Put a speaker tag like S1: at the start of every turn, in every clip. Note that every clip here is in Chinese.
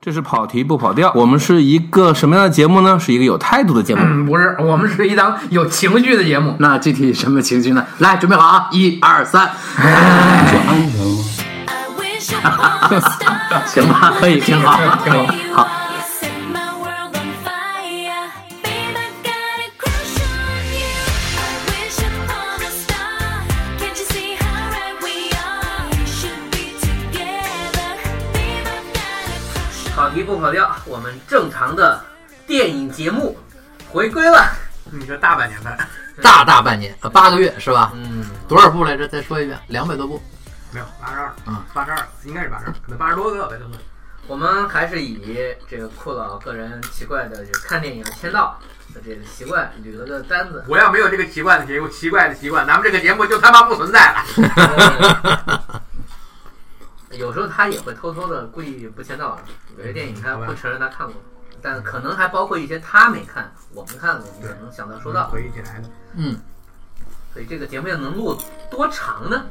S1: 这是跑题不跑调。我们是一个什么样的节目呢？是一个有态度的节目。
S2: 嗯，不是，我们是一档有情绪的节目。
S3: 那具体什么情绪呢？来，准备好啊！一二三，
S4: 行吧，可以，挺好，
S3: 啊
S2: 挺好
S4: 好。
S2: 跑题不跑调，我们正常的电影节目回归了。
S5: 你这大半年半，
S3: 大大半年，呃八个月是吧？
S2: 嗯，
S3: 多少部来着？再说一遍，两百多部。
S5: 没有八十二
S3: 嗯，
S5: 八十二应该是八十二，可能八十多个吧，就是。
S2: 我们还是以这个酷老个人奇怪的这个看电影签到的这个习惯捋了个单子。
S5: 我要没有这个奇怪的节目，奇怪的习惯，咱们这个节目就他妈不存在了。
S2: 有时候他也会偷偷的故意不签到，有些电影他不承认他看过，但可能还包括一些他没看，我们看了，我们可能想到说到。
S5: 回忆起来了，
S3: 嗯，
S2: 所以这个节目要能录多长呢？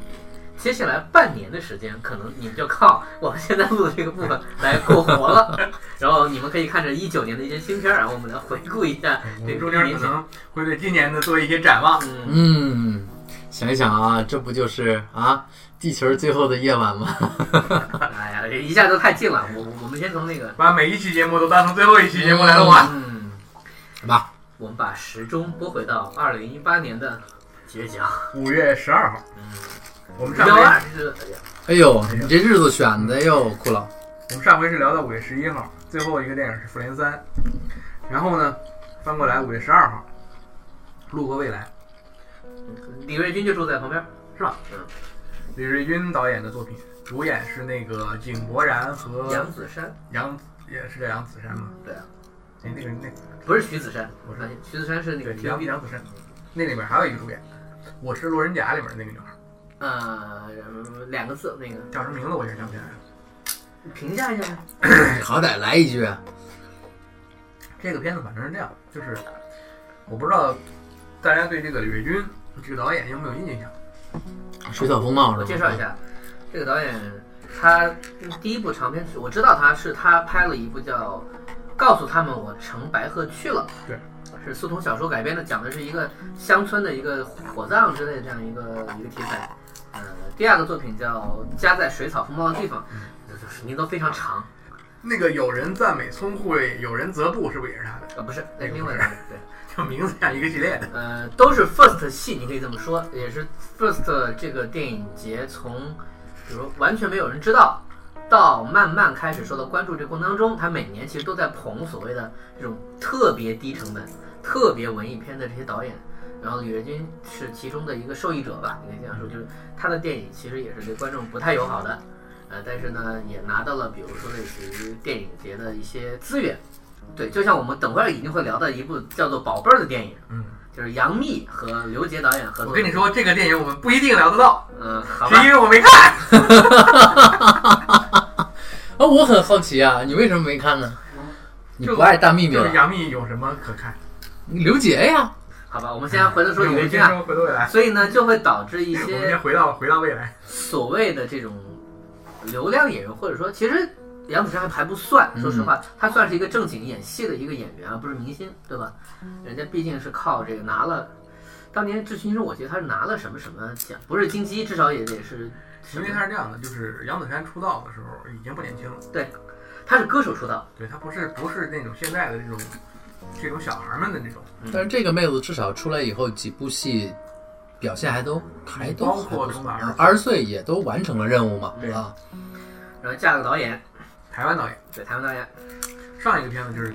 S2: 接下来半年的时间，可能你们就靠我们现在录的这个部分来过活了。 然后你们可以看着一九年的一些新片儿，然后啊我们来回顾一下
S5: 我
S2: 这
S5: 们
S2: 个
S5: 中
S2: 一
S5: 间
S2: 年
S5: 可
S2: 前。
S5: 能会对今年的做一些展望。
S2: 嗯，
S3: 嗯，想一想啊，这不就是啊地球最后的夜晚吗？
S2: 哎呀，这一下都太近了。我我们先从那个
S5: 把每一期节目都当成最后一期节目来录啊！
S2: 嗯，
S3: 好吧，
S2: 我们把时钟拨回到二零一八年的绝角。
S5: 五月十二号，我们上
S2: 幺
S5: 回
S2: 二是哎呀
S3: 哎呦，你这日子选的哟，酷老。
S5: 我们上回是聊到五月十一号，最后一个电影是《复联三》，然后呢，翻过来五月十二号，《路过未来
S2: 李瑞军就住在旁边。》
S5: 李瑞军导演的作品，主演是那个井柏然和
S2: 杨子姗
S5: 杨也是叫杨子姗吗？
S2: 对啊，
S5: 哎，那个那
S2: 不是徐子姗，
S5: 不是
S2: 哎徐子姗是那个
S5: 对杨
S2: TVB
S5: 杨子姗，那里面还有一个主演，我是路人甲里面那个女孩，
S2: 呃两个字那个
S5: 叫什么名字我有点想不起来了。
S2: 嗯评价一下呗。
S3: 好歹来一句，啊
S5: 这个片子反正是这样，就是我不知道大家对这个李瑞军这个导演有没有印象？
S3: 水草风貌是
S2: 我
S3: 吧？
S2: 介绍一，下，这个导演他第一部长篇是我知道他是他拍了一部叫《告诉他们我乘白鹤去了》，
S5: 对，
S2: 是苏童小说改编的，讲的是一个乡村的一个火葬之类的这样一个一个题材。呃，第二个作品叫《家在水草丰茂的地方》，就是名字都非常长。
S5: 那个有人赞美聪慧，有人责部，是不是也是他的？
S2: 啊，不是，那是另
S5: 不
S2: 外
S5: 是
S2: 一个对，
S5: 就名字像一个系列的。
S2: 呃，都是 First 系，你可以这么说，也是 First 这个电影节从，比如完全没有人知道，到慢慢开始受到关注这过程当中，它每年其实都在捧所谓的这种特别低成本、特别文艺片的这些导演。然后李仁军是其中的一个受益者吧，应该这样说，就是他的电影其实也是对观众不太友好的，呃，但是呢，也拿到了比如说类似于电影节的一些资源，对，就像我们等会儿一定会聊到一部叫做《宝贝儿》的电影，
S5: 嗯，
S2: 就是杨幂和刘杰导演合作。
S5: 我跟你，说，这个电影我们不一定聊得到，
S2: 嗯，好
S5: 是
S2: 吧
S5: 因，为我没看。
S3: 啊，我很好奇啊，你为什么没看呢？
S2: 嗯
S3: 你不爱大幂幂
S5: 就是
S3: 了？
S5: 杨幂有什么可看？
S3: 刘杰呀，
S2: 好吧，我们先回头说
S5: 我
S2: 李
S5: 们
S2: 维
S5: 先
S2: 军啊，
S5: 说回到未来，
S2: 所以呢，就会导致一
S5: 我们
S2: 些
S5: 先回到回到未来。
S2: 所谓的这种流量演员，或者说其实杨子姗还还不算，说实
S3: 嗯
S2: 话，她算是一个正经演戏的一个演员，啊而不是明星，对吧？人家毕竟是靠这个拿了，当年《致青春》，我记得她是拿了什么什么奖，不是金鸡，至少也得是什
S5: 因
S2: 么
S5: 为他是这样的，就是杨子姗出道的时候已经不年轻了，
S2: 她是歌手出道，
S5: 对她不是不是那种现在的这种这种小孩们的那种，
S3: 但是这个妹子至少出来以后几部戏，表现还都还都
S5: 包括
S3: 还不错
S5: 从哪儿
S3: 二十岁也都完成了任务嘛，
S5: 对
S3: 啊，
S2: 然后嫁了导演，
S5: 台湾导演。
S2: 对，台湾导演，
S5: 上一个片子就是《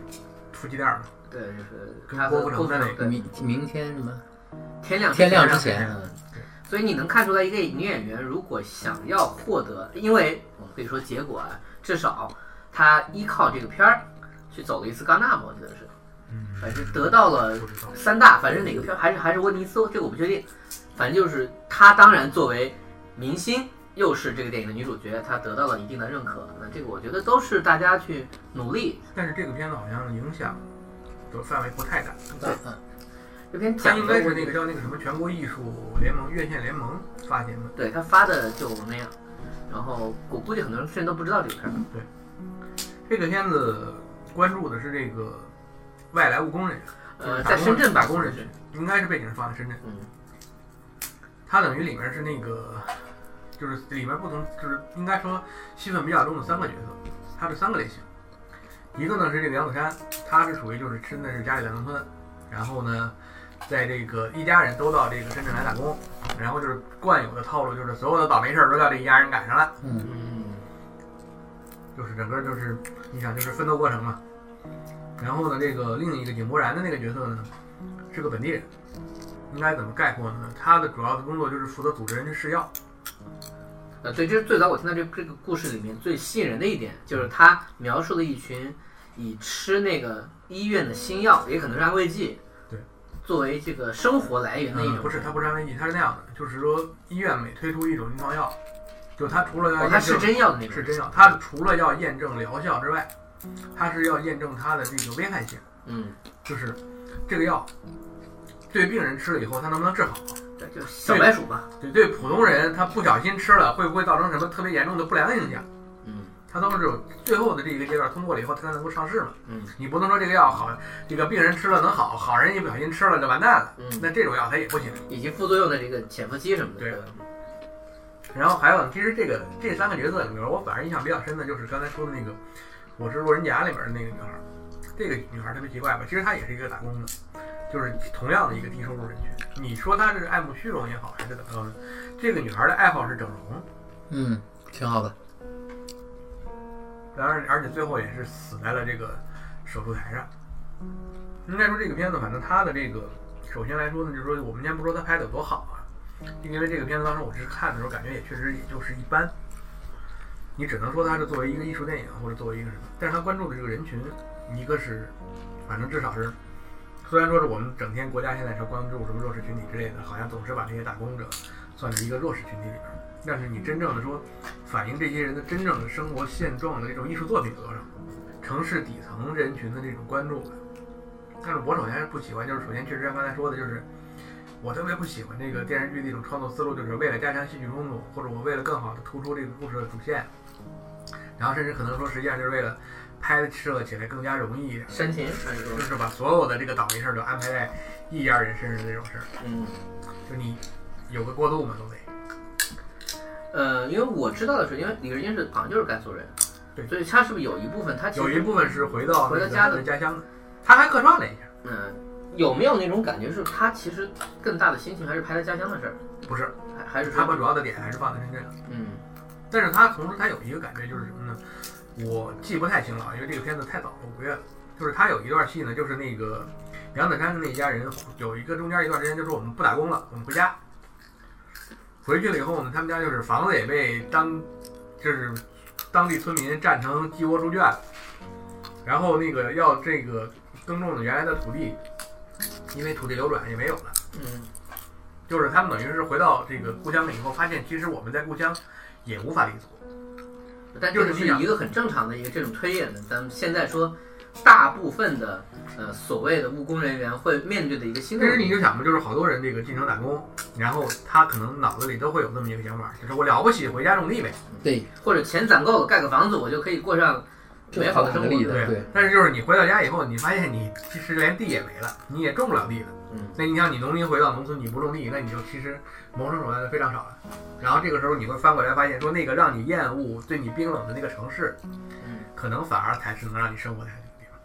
S5: 夫妻店》嘛，
S2: 对，就是
S5: 跟
S2: 她和
S5: 郭富城的那个
S2: 对
S3: 明明天什么
S2: 天亮
S3: 天亮之
S2: 前。
S3: 前，啊
S2: 所以你能看出来，一个女演员如果想要获得，因为我们可以说结果啊，至少她依靠这个片儿去走了一次戛纳嘛，我记得是，
S5: 嗯，
S2: 反正得到了
S5: 不知道。
S2: 三大，反正哪个片儿还是还是威尼斯，这个我不确定。反正就是她当然作为明星，又是这个电影的女主角，她得到了一定的认可。那这个我觉得都是大家去努力。
S5: 但是这个片子好像影响的范围不太大，
S3: 嗯
S2: 这篇
S5: 它
S2: 讲
S5: 应
S2: 的
S5: 该
S2: 我
S5: 是那个叫那个什么全国艺术联盟院线联盟发行的。
S2: 对他发的就那样，然后我估计很多人甚至都不知道这个片儿。
S5: 对，这个片子关注的是这个外来务工人员，
S2: 呃，在深圳
S5: 打
S2: 吧，
S5: 工
S2: 工
S5: 人
S2: 人
S5: 员
S2: 是，
S5: 应该是背景是放在深圳。
S2: 嗯，
S5: 它等于里面是那个，就是里面不同，就是应该说戏份比较重的三个角色，它是三个类型。一个呢是这个杨子姗，她是属于就是真的是家里在农村，然后呢，在这个一家人都到这个深圳来打工，然后就是惯有的套路，就是所有的倒霉事儿都叫这一家人赶上了，
S3: 嗯，
S2: 嗯，
S5: 就是整个就是你想就是奋斗过程嘛。然后呢，这个另一个井柏然的那个角色呢，是个本地人，应该怎么概括呢？他的主要的工作就是负责组织人去试药。
S2: 呃，对，就是最早我听到这这个故事里面最吸引人的一点，就是他描述了一群以吃那个医院的新药，也可能是安慰剂，
S5: 对，嗯
S2: 作为这个生活来源的一种人。
S5: 呃不是，它不是安慰剂，它是那样的，就是说医院每推出一种临床药，就它除了
S2: 哦，
S5: 要验
S2: 它是
S5: 证、
S2: 真药的那种。
S5: 是真药，它除了要验证疗效之外，它是要验证它的这个危害性，
S2: 嗯，
S5: 就是这个药对病人吃了以后，它能不能治好？
S2: 对，就小白鼠吧。
S5: 对对，普通人他不小心吃了，会不会造成什么特别严重的不良影响？
S2: 嗯
S5: 它都是这种最后的这一个阶段通过了以后，它才能够上市嘛。
S2: 嗯
S5: 你不能说这个药好，这个病人吃了能好，好人一不小心吃了就完蛋了，
S2: 嗯，
S5: 那这种药它也不行。
S2: 以及副作用的这个潜伏期什么的。呃
S5: 对
S2: 吧
S5: 然后还有，其实这个这三个角色里面，我反而印象比较深的就是刚才说的那个《我是路人甲》里面的那个女孩儿。这个女孩儿特别奇怪吧？其实她也是一个打工的，就是同样的一个低收入人群。你说她是爱慕虚荣也好，还是怎么着呢？这个女孩儿的爱好是整容，
S3: 嗯，挺好的。
S5: 然而而且最后也是死在了这个手术台上。应该说这个片子，反正她的这个，首先来说呢，就是说我们先不说她拍的有多好啊，因为这个片子当时我是看的时候，感觉也确实也就是一般。你只能说它是作为一个艺术电影，或者作为一个什么，但是它关注的这个人群，一个是，反正至少是，虽然说是我们整天国家现在是关注什么弱势群体之类的，好像总是把这些打工者算是一个弱势群体里边儿，但是你真正的说反映这些人的真正的生活现状的这种艺术作品有多少？城市底层人群的这种关注吧。但是我首先是不喜欢，就是首先确实像刚才说的，就是我特别不喜欢这个电视剧的一种创作思路，就是为了加强戏剧冲突，或者我为了更好的突出这个故事的主线，然后甚至可能说实际上就是为了拍摄起来更加容易一点，
S2: 煽情，
S5: 就是把所有的这个倒霉事儿都安排在一家人身上这种事儿，
S2: 嗯，
S5: 就你有个过渡嘛，都得。
S2: 呃，因为我知道的是，因为李仁英是好像就是甘肃人，
S5: 对
S2: 所以他是不是有一部分他其
S5: 有一
S2: 实
S5: 部分是回到
S2: 回到
S5: 那个
S2: 家
S5: 他
S2: 的
S5: 的家乡的，他还客串了一下，
S2: 嗯、有没有那种感觉是他其实更大的心情还是拍他家乡的事儿，
S5: 不是，
S2: 还还是
S5: 他把
S2: 说
S5: 主要的点还是放在深圳。
S2: 嗯
S5: 但是他同时他有一个感觉就是什么呢？我记不太清了，因为这个片子太早了，五月了。就是他有一段戏呢，就是那个杨子姗那一家人有一个中间一段时间就说我们不打工了，我们回家。回去了以后呢，他们家就是房子也被当，就是当地村民占成鸡窝猪圈了，然后那个要这个耕种的原来的土地，因为土地流转也没有了。
S2: 嗯
S5: 就是他们等于是回到这个故乡了以后，发现其实我们在故乡也无法立足。
S2: 但
S5: 就
S2: 这
S5: 是
S2: 个
S5: 这
S2: 是
S5: 样
S2: 一个很正常的一个这种推演的。咱们现在说，大部分的呃所谓的务工人员会面对的一个新的
S5: 其实
S2: 问题，
S5: 你就想嘛，就是好多人这个进城打工，然后他可能脑子里都会有这么一个想法，就是我了不起回家种地呗。
S3: 对，
S2: 或者钱攒够了盖个房子，我就可以过上美好的生活。
S3: 例子，对，
S5: 但是就是你回到家以后，你发现你其实连地也没了，你也种不了地了。
S2: 嗯，
S5: 那你想你农民回到农村，你不种地，那你就其实谋生手段就非常少了。然后这个时候你会翻过来发现，说那个让你厌恶、对你冰冷的那个城市，
S2: 嗯，
S5: 可能反而才是能让你生活下去的地方。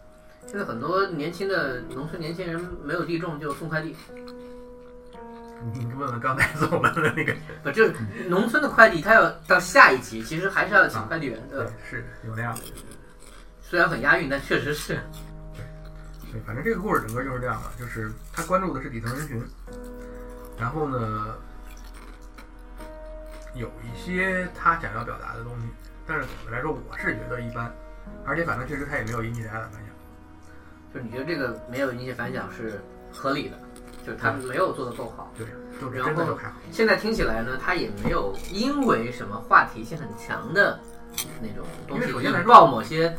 S2: 现在很多年轻的农村年轻人没有地种就送快递，
S5: 你问问刚才走了的那个，
S2: 不，就是农村的快递，它要到下一级，其实还是要
S3: 啊
S2: 请快递员，对吧？
S5: 是有那样的。
S2: 虽然很押韵，但确实是，
S5: 对，反正这个故事整个就是这样的，就是他关注的是底层人群，然后呢，有一些他想要表达的东西，但是总的来说我是觉得一般，而且反正确实他也没有引起大家的反响。
S2: 就是你觉得这个没有引起反响是合理的，就是他没有做的够好。
S5: 对，就是真的就还好。
S2: 现在听起来呢，他也没有因为什么话题性很强的那种东西
S5: 因为首先来
S2: 引
S5: 说
S2: 爆某些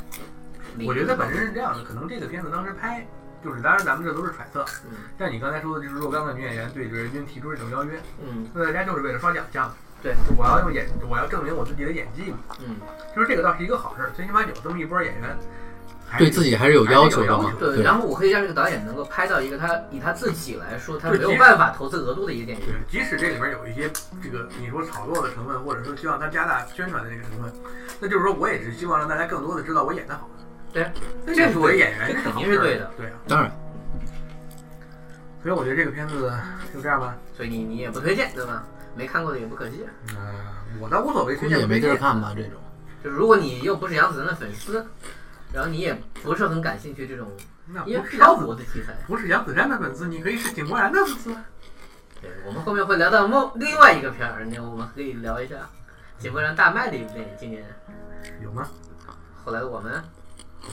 S2: 理
S5: 我
S2: 论。
S5: 觉得本身是这样的，可能这个片子当时拍，就是当然咱们这都是揣测，
S2: 嗯
S5: 像你刚才说的，就是若干个女演员对着人均提出这种邀约，
S2: 嗯
S5: 那大家就是为了刷奖项，
S2: 对，
S5: 我要用演，我要证明我自己的演技嘛。
S2: 嗯，
S5: 就是这个倒是一个好事儿，最起码有这么一波演员，还是
S3: 对自己还是有要求的嘛
S5: 还是有要求。
S2: 嗯对，
S3: 对，
S2: 然后我可以让这个导演能够拍到一个他以他自己来说他
S5: 对
S2: 没有
S5: 其实
S2: 办法投资额度的一个电影。
S5: 对即使这里面有一些这个你说炒作的成分，或者说希望他加大宣传的这个成分，那就是说我也是希望让大家更多的知道我演的好。
S2: 对，啊
S5: 那
S2: 这
S5: 这
S2: 是
S5: 是我
S2: 对
S5: 演员，
S2: 这肯定
S5: 是
S2: 是
S5: 好事儿
S2: 对的。
S5: 对啊，
S3: 当然
S5: 所以我觉得这个片子就这样吧。
S2: 所以你你也不推荐对吧？没看过的也不可惜。
S5: 嗯、我倒无所谓，
S3: 估
S5: 推
S3: 计
S5: 荐
S3: 也
S5: 不
S3: 没
S5: 推
S3: 地儿
S5: 荐。
S3: 看吧，这种。
S2: 就如果你又不是杨紫的粉丝，然后你也不是很感兴趣这种
S5: 那
S2: 因为
S5: 不是
S2: 漂
S5: 杨子，
S2: 浮的题材，
S5: 不是杨子姗的粉丝，你可以是井柏然的粉丝。
S2: 对我们后面会聊到梦另外一个片儿，那我们可以聊一下井柏然大卖的一部电影，今年
S5: 有吗？
S2: 后来我们，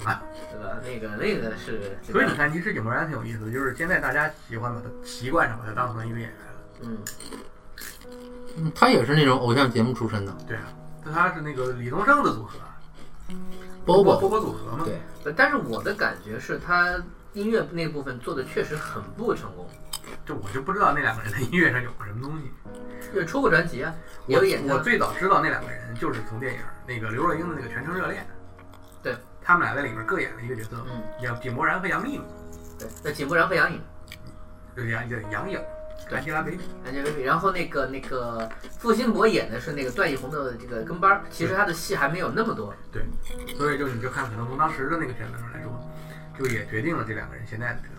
S5: 啊
S2: 对吧？那个那个是井柏
S5: 所以你
S2: 然，
S5: 看，其实井柏然挺有意思的，就是现在大家喜欢把他习惯上把他当成一个演员了。
S2: 嗯，
S3: 嗯，他也是那种偶像节目出身的
S5: 对啊，但他是那个李宗盛的组合，波
S3: ，Bobo。
S5: 波组合嘛。
S3: 对，
S2: 不但是我的感觉是他音乐那部分做的确实很不成功，
S5: 就我就不知道那两个人的音乐上有什么东西。
S2: 也出过专辑啊，也
S5: 我
S2: 有演
S5: 我
S2: 唱，
S5: 最早知道那两个人就是从电影那个刘若英的那个《全程热恋》，
S2: 对，
S5: 他们俩在里面各演了一个角色，
S2: 嗯，
S5: 杨井柏然和杨幂嘛，
S2: 对，那井柏然和杨颖，
S5: 就是杨杨杨颖，
S2: 对
S5: 安吉拉·贝里，
S2: 感觉然后那个那个付辛博演的是那个段奕宏的这个跟班儿，其实他的戏还没有那么多，
S5: 所以就你就看，可能从当时的那个选择上来说，就也决定了这两个人现在的这个。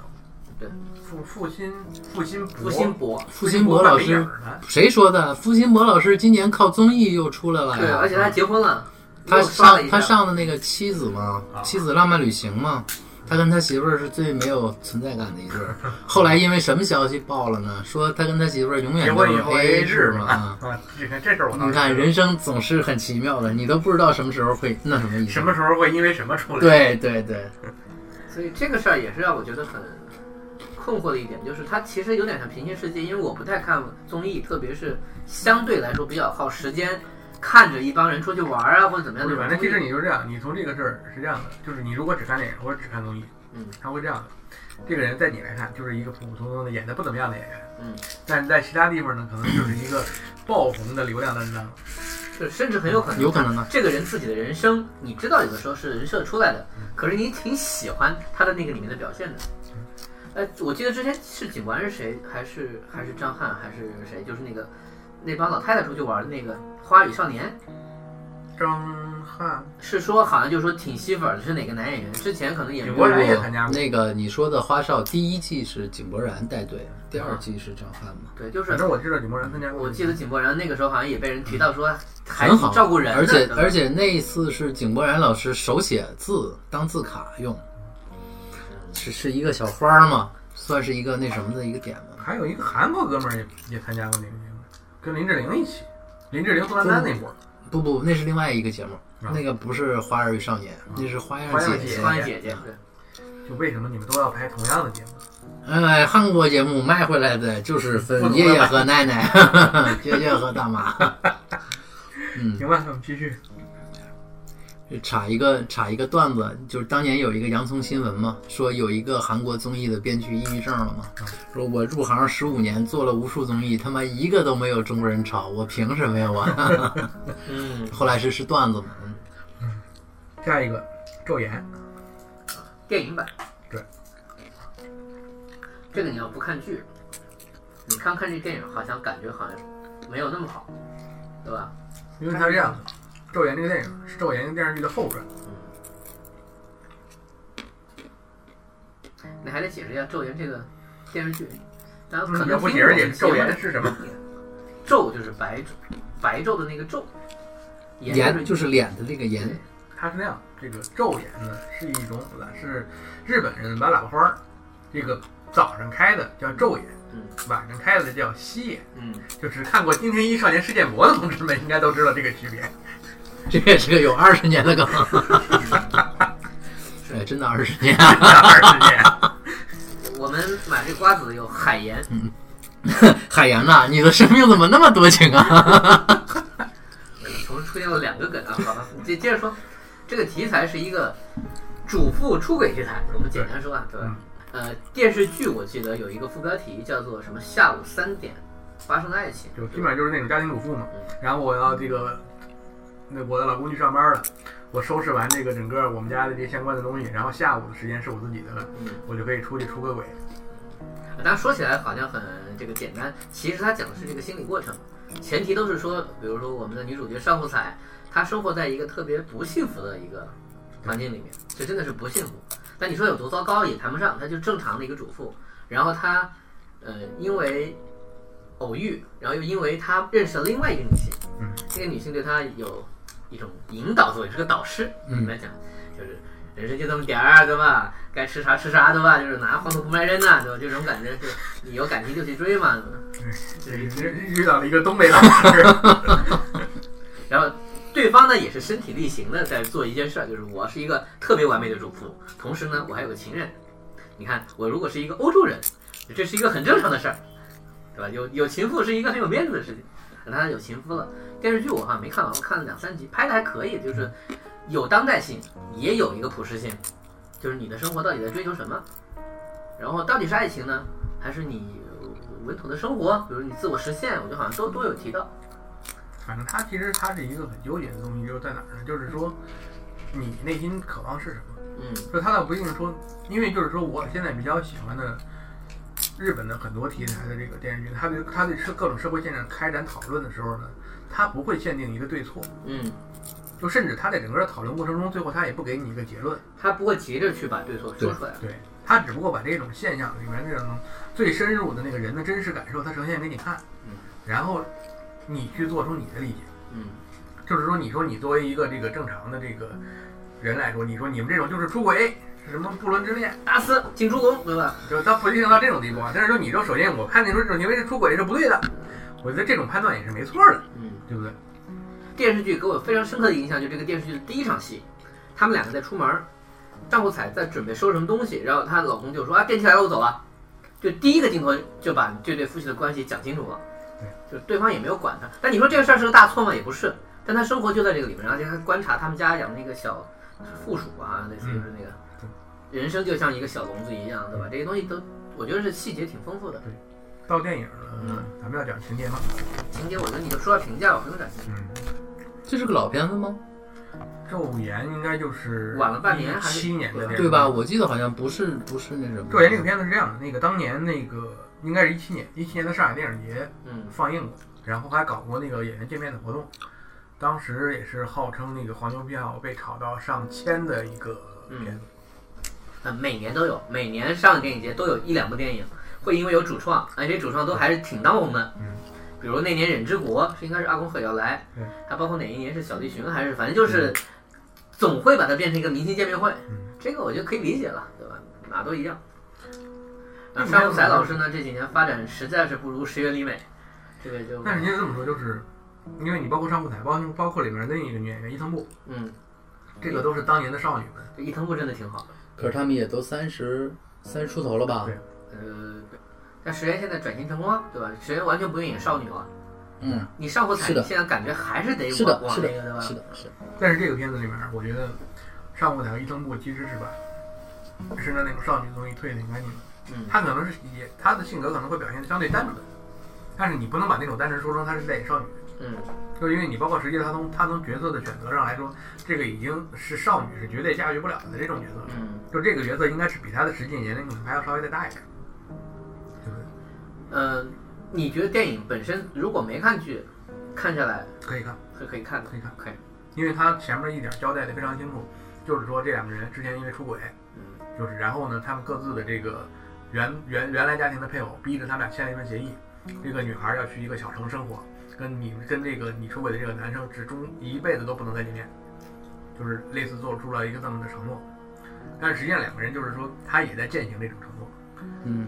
S2: 对，
S5: 付付辛付辛博
S2: 付辛博，
S3: 付辛博老
S5: 扮美影
S3: 师，
S5: 儿呢，
S3: 谁说的？付辛博老师今年靠综艺又出来了
S2: 对，
S3: 呀。
S2: 而且他结婚了，
S3: 他
S2: 又刷了
S3: 上
S2: 一
S3: 他
S2: 下，
S3: 上的那个妻子嘛，
S5: 啊
S3: 妻子浪漫旅行嘛，他跟他媳妇儿是最没有存在感的一对 儿。后来因为什么消息爆了呢？说他跟他媳妇儿永
S5: 结
S3: 远都
S5: 婚
S3: 是
S5: 以后
S3: A
S5: 制
S3: 制嘛。啊
S5: 啊，你看 这事儿我倒是
S3: 你看，人生总是很奇妙的，你都不知道什么时候会那什么意思。
S5: 什么时候会因为什么出来？
S3: 对对对，
S2: 所以这个事儿也是让我觉得很困惑的一点，就是他其实有点像平行世界，因为我不太看综艺，特别是相对来说比较耗时间，看着一帮人出去玩儿啊或者怎么样
S5: 不
S2: 那
S5: 是，
S2: 种东
S5: 反正
S2: 西。
S5: 其实你就这样，你从这个事儿是这样的，就是你如果只看电影或者只看综艺，
S2: 嗯，
S5: 他会这样的。这个人在你来看就是一个普普通通的演的不怎么样的演员，
S2: 嗯，
S5: 但是在其他地方呢，可能就是一个爆红的流量担当。
S2: 是甚至很有可能，
S3: 有可能啊呢。
S2: 这个人自己的人生，你知道有的时候是人设出来的，可是你挺喜欢他的那个里面的表现的。哎，我记得之前是警官是谁，还是还是张翰，还是谁？就是那个那帮老太太出去玩的那个《花语少年》，
S5: 张翰，
S2: 是说好像就说挺吸粉的是哪个男演员？之前可能也没
S5: 井
S2: 有
S5: 柏然也参加过，
S3: 那个你说的花少，第一季是井柏然带队，第二季是张翰嘛，
S2: 对，就
S5: 反
S2: 是
S5: 正我嗯知道井柏然参加过。
S2: 我记得井柏然那个时候好像也被人提到说还
S3: 很好
S2: 挺照顾人的，
S3: 而且
S2: 对吧
S3: 而且那一次是井柏然老师手写字当字卡用，是是一个小花儿嘛，算是一个那什么的一个点嘛。
S5: 还有一个韩国哥们儿也也参加过那个节目，跟林志玲一起，林志玲、宋丹
S2: 嗯
S5: 丹那波儿。
S3: 不不，那是另外一个节目，
S5: 啊
S3: 那个不是《花儿与少年》，那是《花样
S5: 花样
S3: 姐啊
S5: 姐
S2: 啊花样姐姐对。
S5: 就为什么你们都要拍同样的节目？
S3: 哎，韩国节目卖回来的就是
S5: 不
S3: 分
S5: 同
S3: 爷
S5: 的
S3: 爷
S5: 吧
S3: 和奶奶， 爷爷和大妈。
S2: 嗯
S5: 行吧，我们继续。
S3: 插一个插一个段子，就是当年有一个洋葱新闻嘛，说有一个韩国综艺的编剧抑郁症了嘛，说我入行十五年，做了无数综艺，他妈一个都没有中国人炒，我凭什么呀我？
S2: 嗯，
S3: 后来是是段子嘛，嗯
S5: 下一个，昼颜。
S2: 电影版。
S5: 对，
S2: 这个你要不看剧，你看看这电影，好像感觉好像没有那么好，对吧？
S5: 因为它是这样的，《昼颜》这个电影是《昼颜》这个电视剧的后传，
S2: 你还得解释一下《昼颜》这个电视剧。然后
S5: 你
S2: 可
S5: 嗯要
S2: 能
S5: 不
S2: 听
S5: 解释解
S2: 我们节
S5: 释《昼颜
S2: 目》的
S5: 是 什么？
S2: 昼就是白昼，白昼的那个昼，
S3: 颜就是是脸的这个
S2: 对
S3: 颜，
S5: 它是那样，这个昼颜呢是一种是日本人把喇叭花儿，这个早上开的叫昼颜，
S2: 嗯
S5: 晚上开的叫夕颜。
S2: 嗯，
S5: 就是看过《金田一少年事件簿》的同志们应该都知道这个区别。
S3: 这也是个有二十年的梗， 哎，真的二十年，
S5: 二十年，
S2: 我们买这瓜子有海盐，
S3: 海洋呐，你的生命怎么那么多情啊？
S2: 同时出现了两个梗啊，好吧， 接接着说，这个题材是一个主妇出轨题材，我们简单嗯说啊，对吧？呃，电视剧我记得有一个副标题叫做什么“下午三点发生的爱情，
S5: 就基本上就是那种家庭主妇嘛。
S2: 嗯
S5: 然后我要这个，那我的老公去上班了，我收拾完这个整个我们家的这些相关的东西，然后下午的时间是我自己的了，
S2: 嗯，
S5: 我就可以出去出个轨。
S2: 啊当然说起来好像很这个简单，其实它讲的是这个心理过程，前提都是说，比如说我们的女主角尚富彩，她生活在一个特别不幸福的一个环境里面，这真的是不幸福。但你说有多糟糕也谈不上，她就正常的一个主妇。然后她，呃，因为偶遇，然后又因为她认识了另外一个女性，
S5: 嗯，
S2: 这个女性对她有一种引导作用，是个导师。
S3: 嗯
S2: 来讲就是人生就这么点儿，啊对吧？该吃啥吃啥，对吧？就是拿黄土不埋人呐、对吧？就这种感觉，就是你有感情就去追嘛，对吧
S5: 这遇到了一个东北老师，
S2: 然后对方呢也是身体力行的在做一件事儿，就是我是一个特别完美的主妇，同时呢我还有个情人。你看，我如果是一个欧洲人，这是一个很正常的事儿，对吧？有有情妇是一个很有面子的事情。那他有情夫了，电视剧我好像没看完，我看了两三集，拍的还可以，就是有当代性，也有一个普适性，就是你的生活到底在追求什么，然后到底是爱情呢，还是你呃稳妥的生活，比如你自我实现，我觉得好像都都有提到。
S5: 反正他其实他是一个很纠结的东西，就是在哪儿呢？就是说你内心渴望是什么。
S2: 嗯
S5: 就他倒不一定说，因为就是说我现在比较喜欢的日本的很多题材的这个电视剧，他对他对社各种社会现象开展讨论的时候呢，他不会限定一个对错，
S2: 嗯。
S5: 就甚至他在整个讨论过程中，最后他也不给你一个结论，
S2: 他不会急着去把对错说出来。
S5: 对他只不过把这种现象里面这种最深入的那个人的真实感受，他呈现给你看
S2: 嗯，
S5: 然后你去做出你的理解。
S2: 嗯
S5: 就是说，你说你作为一个这个正常的这个人来说，你说你们这种就是出轨，是什么不伦之恋，，
S2: 打死进出宫，对吧？
S5: 就他不一定到这种地步啊。但是说你说，首先我判定说这种行为是出轨是不对的，我觉得这种判断也是没错的，
S2: 嗯，
S5: 对不对？
S2: 电视剧给我非常深刻的印象，就这个电视剧的第一场戏，他们两个在出门儿，丈夫彩在准备收拾什么东西，然后她老公就说啊，电梯来了，我走了。就第一个镜头就把这对夫妻的关系讲清楚了，就对方也没有管他。但你说这个事儿是个大错吗？也不是，但他生活就在这个里面，而且他观察他们家养那个小附属啊，类似就是那个、人生就像一个小笼子一样，对吧？这些东西都我觉得是细节挺丰富的。
S5: 到电影了，
S2: 嗯
S5: 咱们要讲情节吗？
S2: 情节，我觉得你就说下评价吧，不用讲情节。
S5: 嗯，
S3: 这是个老片子吗？
S5: 昼颜应该就是
S2: 晚了半年还是
S5: 七年的电影，
S3: 对吧？？我记得好像不是不是那什么。
S5: 昼颜这个片子是这样的，那个当年那个应该是一七年，一七年的上海电影节
S2: 嗯
S5: 放映过，然后还搞过那个演员见面的活动，当时也是号称那个黄牛票被炒到上千的一个
S2: 嗯
S5: 片子。
S2: 呃，每年都有，每年上电影节都有一两部电影会因为有主创，而且主创都还是挺当红的。
S5: 嗯，
S2: 比如那年《忍之国》是应该是阿公贺耀来，
S5: 对
S2: 还包括哪一年是小栗旬，还是反正就是总会把它变成一个明星见面会。
S5: 嗯
S2: 这个我觉得可以理解了，对吧？哪都一样。那
S5: 嗯
S2: 商务才老师呢，这几年发展实在是不如石原里美，这个就
S5: 但是人家这么说，就是因为你包括上舞台，包包括里面的那个女演员伊藤步，
S2: 嗯，
S5: 这个都是当年的少女们。
S2: 这伊藤步真的挺好的。
S3: 可是他们也都三十三十出头了吧
S5: 对？
S2: 呃，但石原现在转型成功了，对吧？石原完全不用演少女了。
S3: 嗯，
S2: 你上过彩，
S3: 是的
S2: 你现在感觉还是得
S3: 是
S2: 往
S3: 的，
S2: 往
S3: 是
S2: 那个对
S3: 的，
S2: 吧？
S3: 是的，是的。
S5: 但是这个片子里面，我觉得上舞台和伊藤步其实是把身上那种少女的东西退得挺干净的。
S2: 嗯
S5: 她可能是也她的性格可能会表现得相对单纯，但是你不能把那种单纯说成她是在演少女，
S2: 嗯
S5: 就是因为你包括实际她从她从角色的选择上来说，这个已经是少女是绝对驾驭不了的这种角色了。
S2: 嗯，
S5: 就这个角色应该是比她的实际年龄可能还要稍微再大一点，对不对？
S2: 呃，你觉得电影本身如果没看剧，看下来
S5: 可以看。
S2: 是可以看的，
S5: 可以看，
S2: 可以。
S5: 因为他前面一点交代的非常清楚，就是说这两个人之前因为出轨，
S2: 嗯
S5: 就是然后呢，他们各自的这个原原原来家庭的配偶逼着他们俩签了一份协议，这个女孩要去一个小城生活，跟你跟这个你出轨的这个男生只终一辈子都不能再见面，就是类似做出了一个这么的承诺，但是实际上两个人就是说他也在践行这种承诺，
S3: 嗯，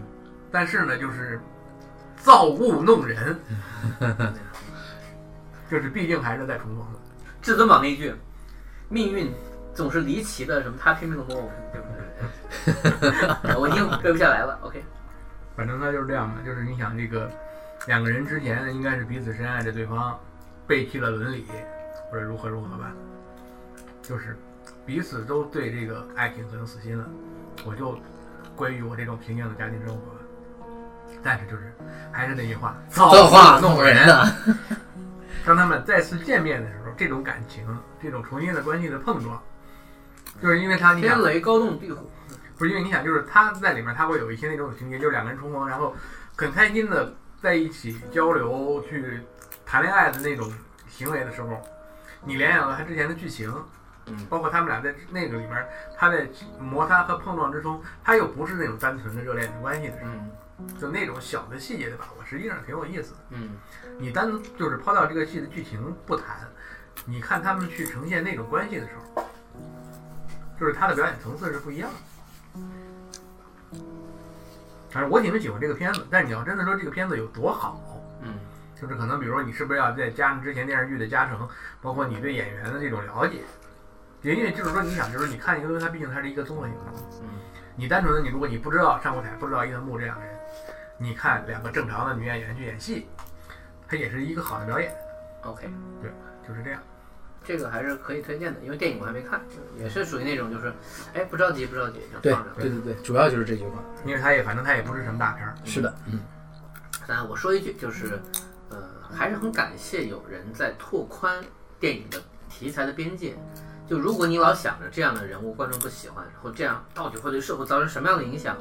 S5: 但是呢，就是造物弄人，就是毕竟还是在重逢的。
S2: 至尊宝那一句，命运总是离奇的，什么他拼命的摸我，对不对？ 我已经背不下来了。OK，
S5: 反正他就是这样的，就是你想这个两个人之前应该是彼此深爱着对方，背弃了伦理，或者如何如何吧，就是彼此都对这个爱情很死心了，我就归于我这种平静的家庭生活吧。但是就是还是那句话，
S3: 造化
S5: 弄
S3: 弄人啊！
S5: 当他们再次见面的时候，这种感情，这种重新的关系的碰撞，就是因为他你想
S2: 天雷勾动地火，
S5: 不是因为你想，就是他在里面他会有一些那种情节，就是两个人重逢，然后很开心的在一起交流、去谈恋爱的那种行为的时候，你联想到他之前的剧情，
S1: 嗯
S5: 包括他们俩在那个里面，他在摩擦和碰撞之中，他又不是那种单纯的热恋的关系的时
S1: 嗯
S5: 候，就那种小的细节的把握，实际上挺有意思的。
S1: 嗯
S5: 你单就是抛掉这个戏的剧情不谈，你看他们去呈现那种关系的时候，就是他的表演层次是不一样的。反正我挺喜欢这个片子，但你要真的说这个片子有多好，
S1: 嗯
S5: 就是可能比如说你是不是要再加上之前电视剧的加成，包括你对演员的这种了解，也因为就是说你想就是你看一个东西，它毕竟它是一个综合性的东西
S1: 嗯，
S5: 你单纯的你如果你不知道上过台，不知道伊藤木这样的人，你看两个正常的女演员去演戏，它也是一个好的表演，
S2: ，OK，
S5: 就是这样。
S2: 这个还是可以推荐的，因为电影我还没看，也是属于那种就是，哎，不着急不着急，就
S3: 对
S2: 放着。
S3: 对对对，主要就是这句话。
S5: 因为它也反正它也不是什么大片儿，
S3: 是的，嗯，
S2: 那我说一句，就是，呃，还是很感谢有人在拓宽电影的题材的边界。就如果你老想着这样的人物观众不喜欢，然后这样到底会对社会造成什么样的影响，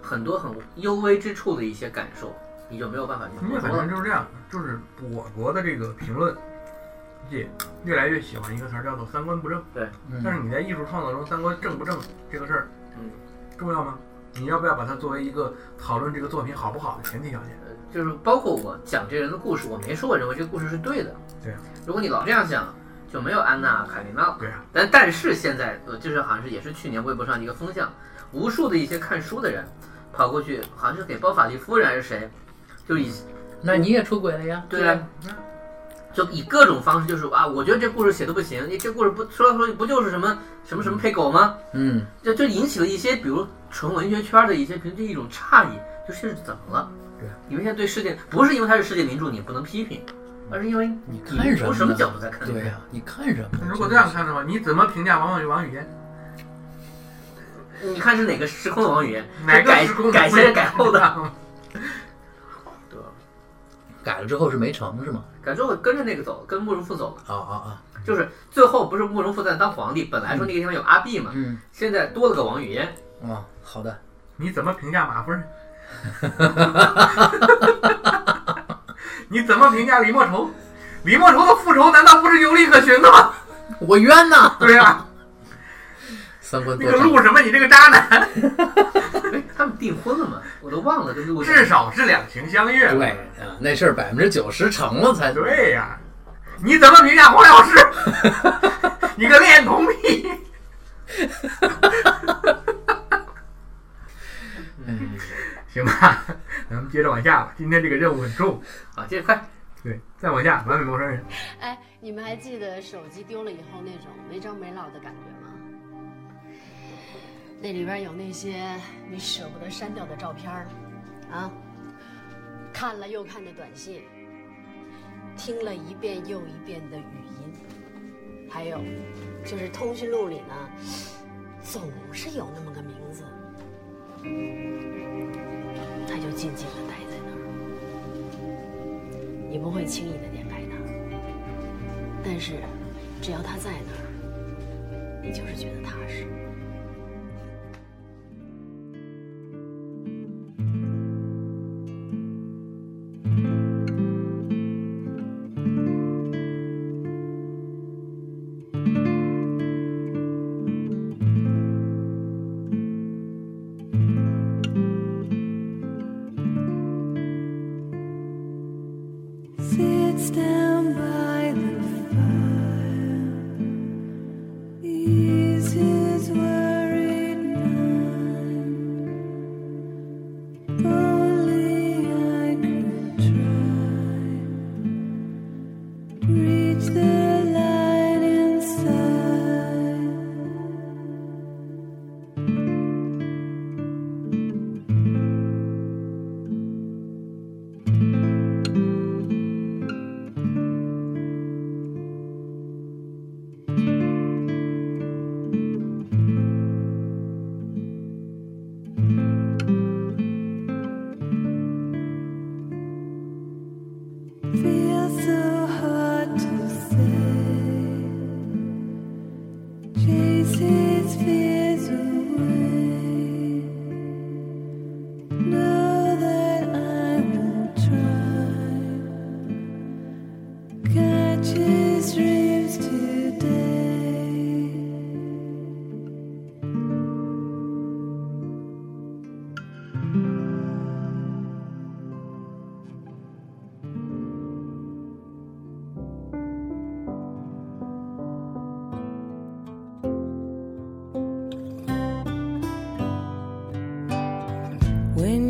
S2: 很多很幽微之处的一些感受，你就没有办法去
S5: 因为
S2: 捕
S5: 反
S2: 捉了。
S5: 正就是这样，就是我国的这个评论界越来越喜欢一个词儿叫做三观不正。但是你在艺术创作中，三观正不正这个事儿，
S2: 嗯，
S5: 重要吗？你要不要把它作为一个讨论这个作品好不好的前提条件？
S2: 呃就是包括我讲这人的故事，我没说我认为这个故事是对的。
S5: 对啊，
S2: 如果你老这样想，就没有安娜·卡列娜。
S5: 对啊，
S2: 但但是现在，呃，就是好像是也是去年微博上一个风向，无数的一些看书的人跑过去，好像是给包法利夫人还是谁，就以
S3: 嗯那你也出轨了呀？
S2: 对啊，就以各种方式，就是啊，我觉得这故事写的不行，你这故事不说来说去不就是什么什么什么配狗吗？
S3: 嗯，
S2: 就就引起了一些比如纯文学圈的一些评论一种诧异，就是怎么了？
S5: 对啊，
S2: 你们现在对世界不是因为它是世界名著你不能批评，而是因为
S3: 你
S2: 你
S3: 看什
S2: 从
S3: 么？
S2: 什么角度在看这个
S3: 对呀，你看什么？
S5: 如果这样看的话，你怎么评价王语王语嫣？
S2: 你看是哪个时空的王语嫣？
S5: 哪个
S2: 改
S5: 时空
S2: 改先改后的？对吧？
S3: 改了之后是没成是吗？
S2: 感觉我跟着那个走，跟慕容复走了。
S3: 啊啊啊！
S2: 就是最后不是慕容复在当皇帝，本来说那个地方有阿碧嘛，
S3: 嗯
S2: 现在多了个王语嫣。
S3: 啊，好的，
S5: 你怎么评价马夫人？ 你怎么评价李莫愁？李莫愁的复仇难道不是有理可循的吗？
S3: 我冤呐！
S5: 对啊，
S3: 三观
S5: 那
S3: 多
S5: 个
S3: 正，
S5: 陆什么，你这个渣男，
S2: 哎，他们订婚了吗？我都忘了跟陆
S5: 至少是两情相悦。
S3: 对啊，那事儿百分之九十成了才
S5: 对呀、你怎么评价黄药师？你个恋童癖！ 行吧，咱们接着往下吧。今天这个任务很重，
S2: 啊，接着快，
S5: 对，再往下，完美陌生人。
S4: 哎，你们还记得手机丢了以后那种没着没落的感觉吗？那里边有那些你舍不得删掉的照片儿，啊，看了又看的短信，听了一遍又一遍的语音，还有就是通讯录里呢，总是有那么个名字，他就静静的待在那儿，你不会轻易的点开它。但是，只要他在那儿，你就是觉得踏实。
S6: Sits down by the fire, eases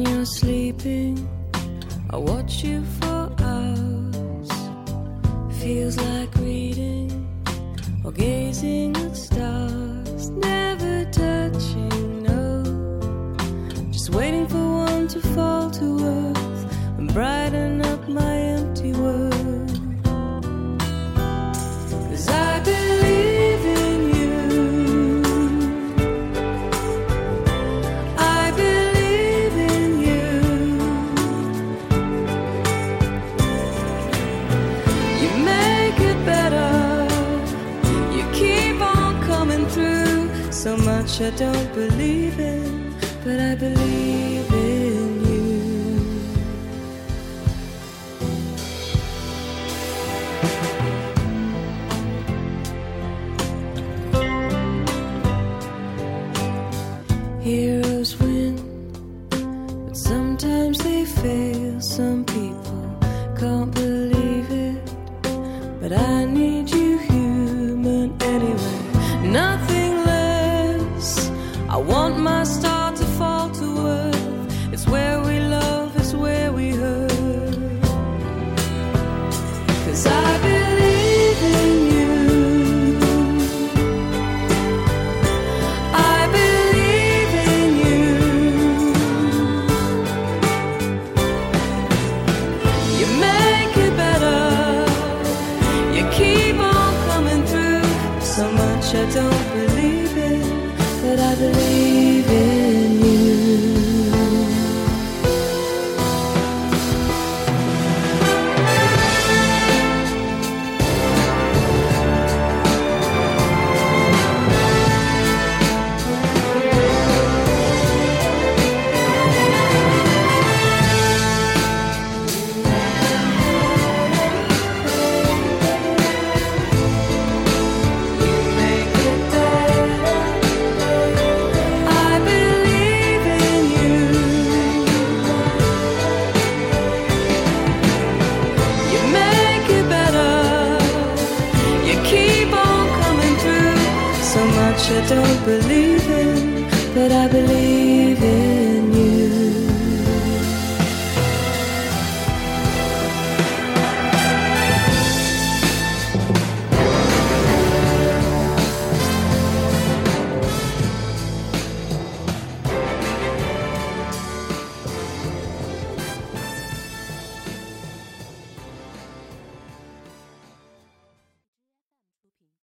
S6: now sleeping. I watch you for hours. Feels like reading or gazing at stars. Never touching, no. Just waiting for one to fall to earth and brighten up my empty world. Cause I believe in you. I believe in you. You make it better. You keep on coming through. So much I don't believe in, but I believe in you. Heroes win, but sometimes they fail. Some people can't believe it. But I need you human anyway, nothing less. I want my star to fall to earth. It's where we love, it's where we hurt. Cause I believe in you. I believe in you. You make it better. You keep on coming through. So much I don't believe in, but I believe in you. I believe in you. You make it better. You keep on coming through. So much I don't believe in, but I believe.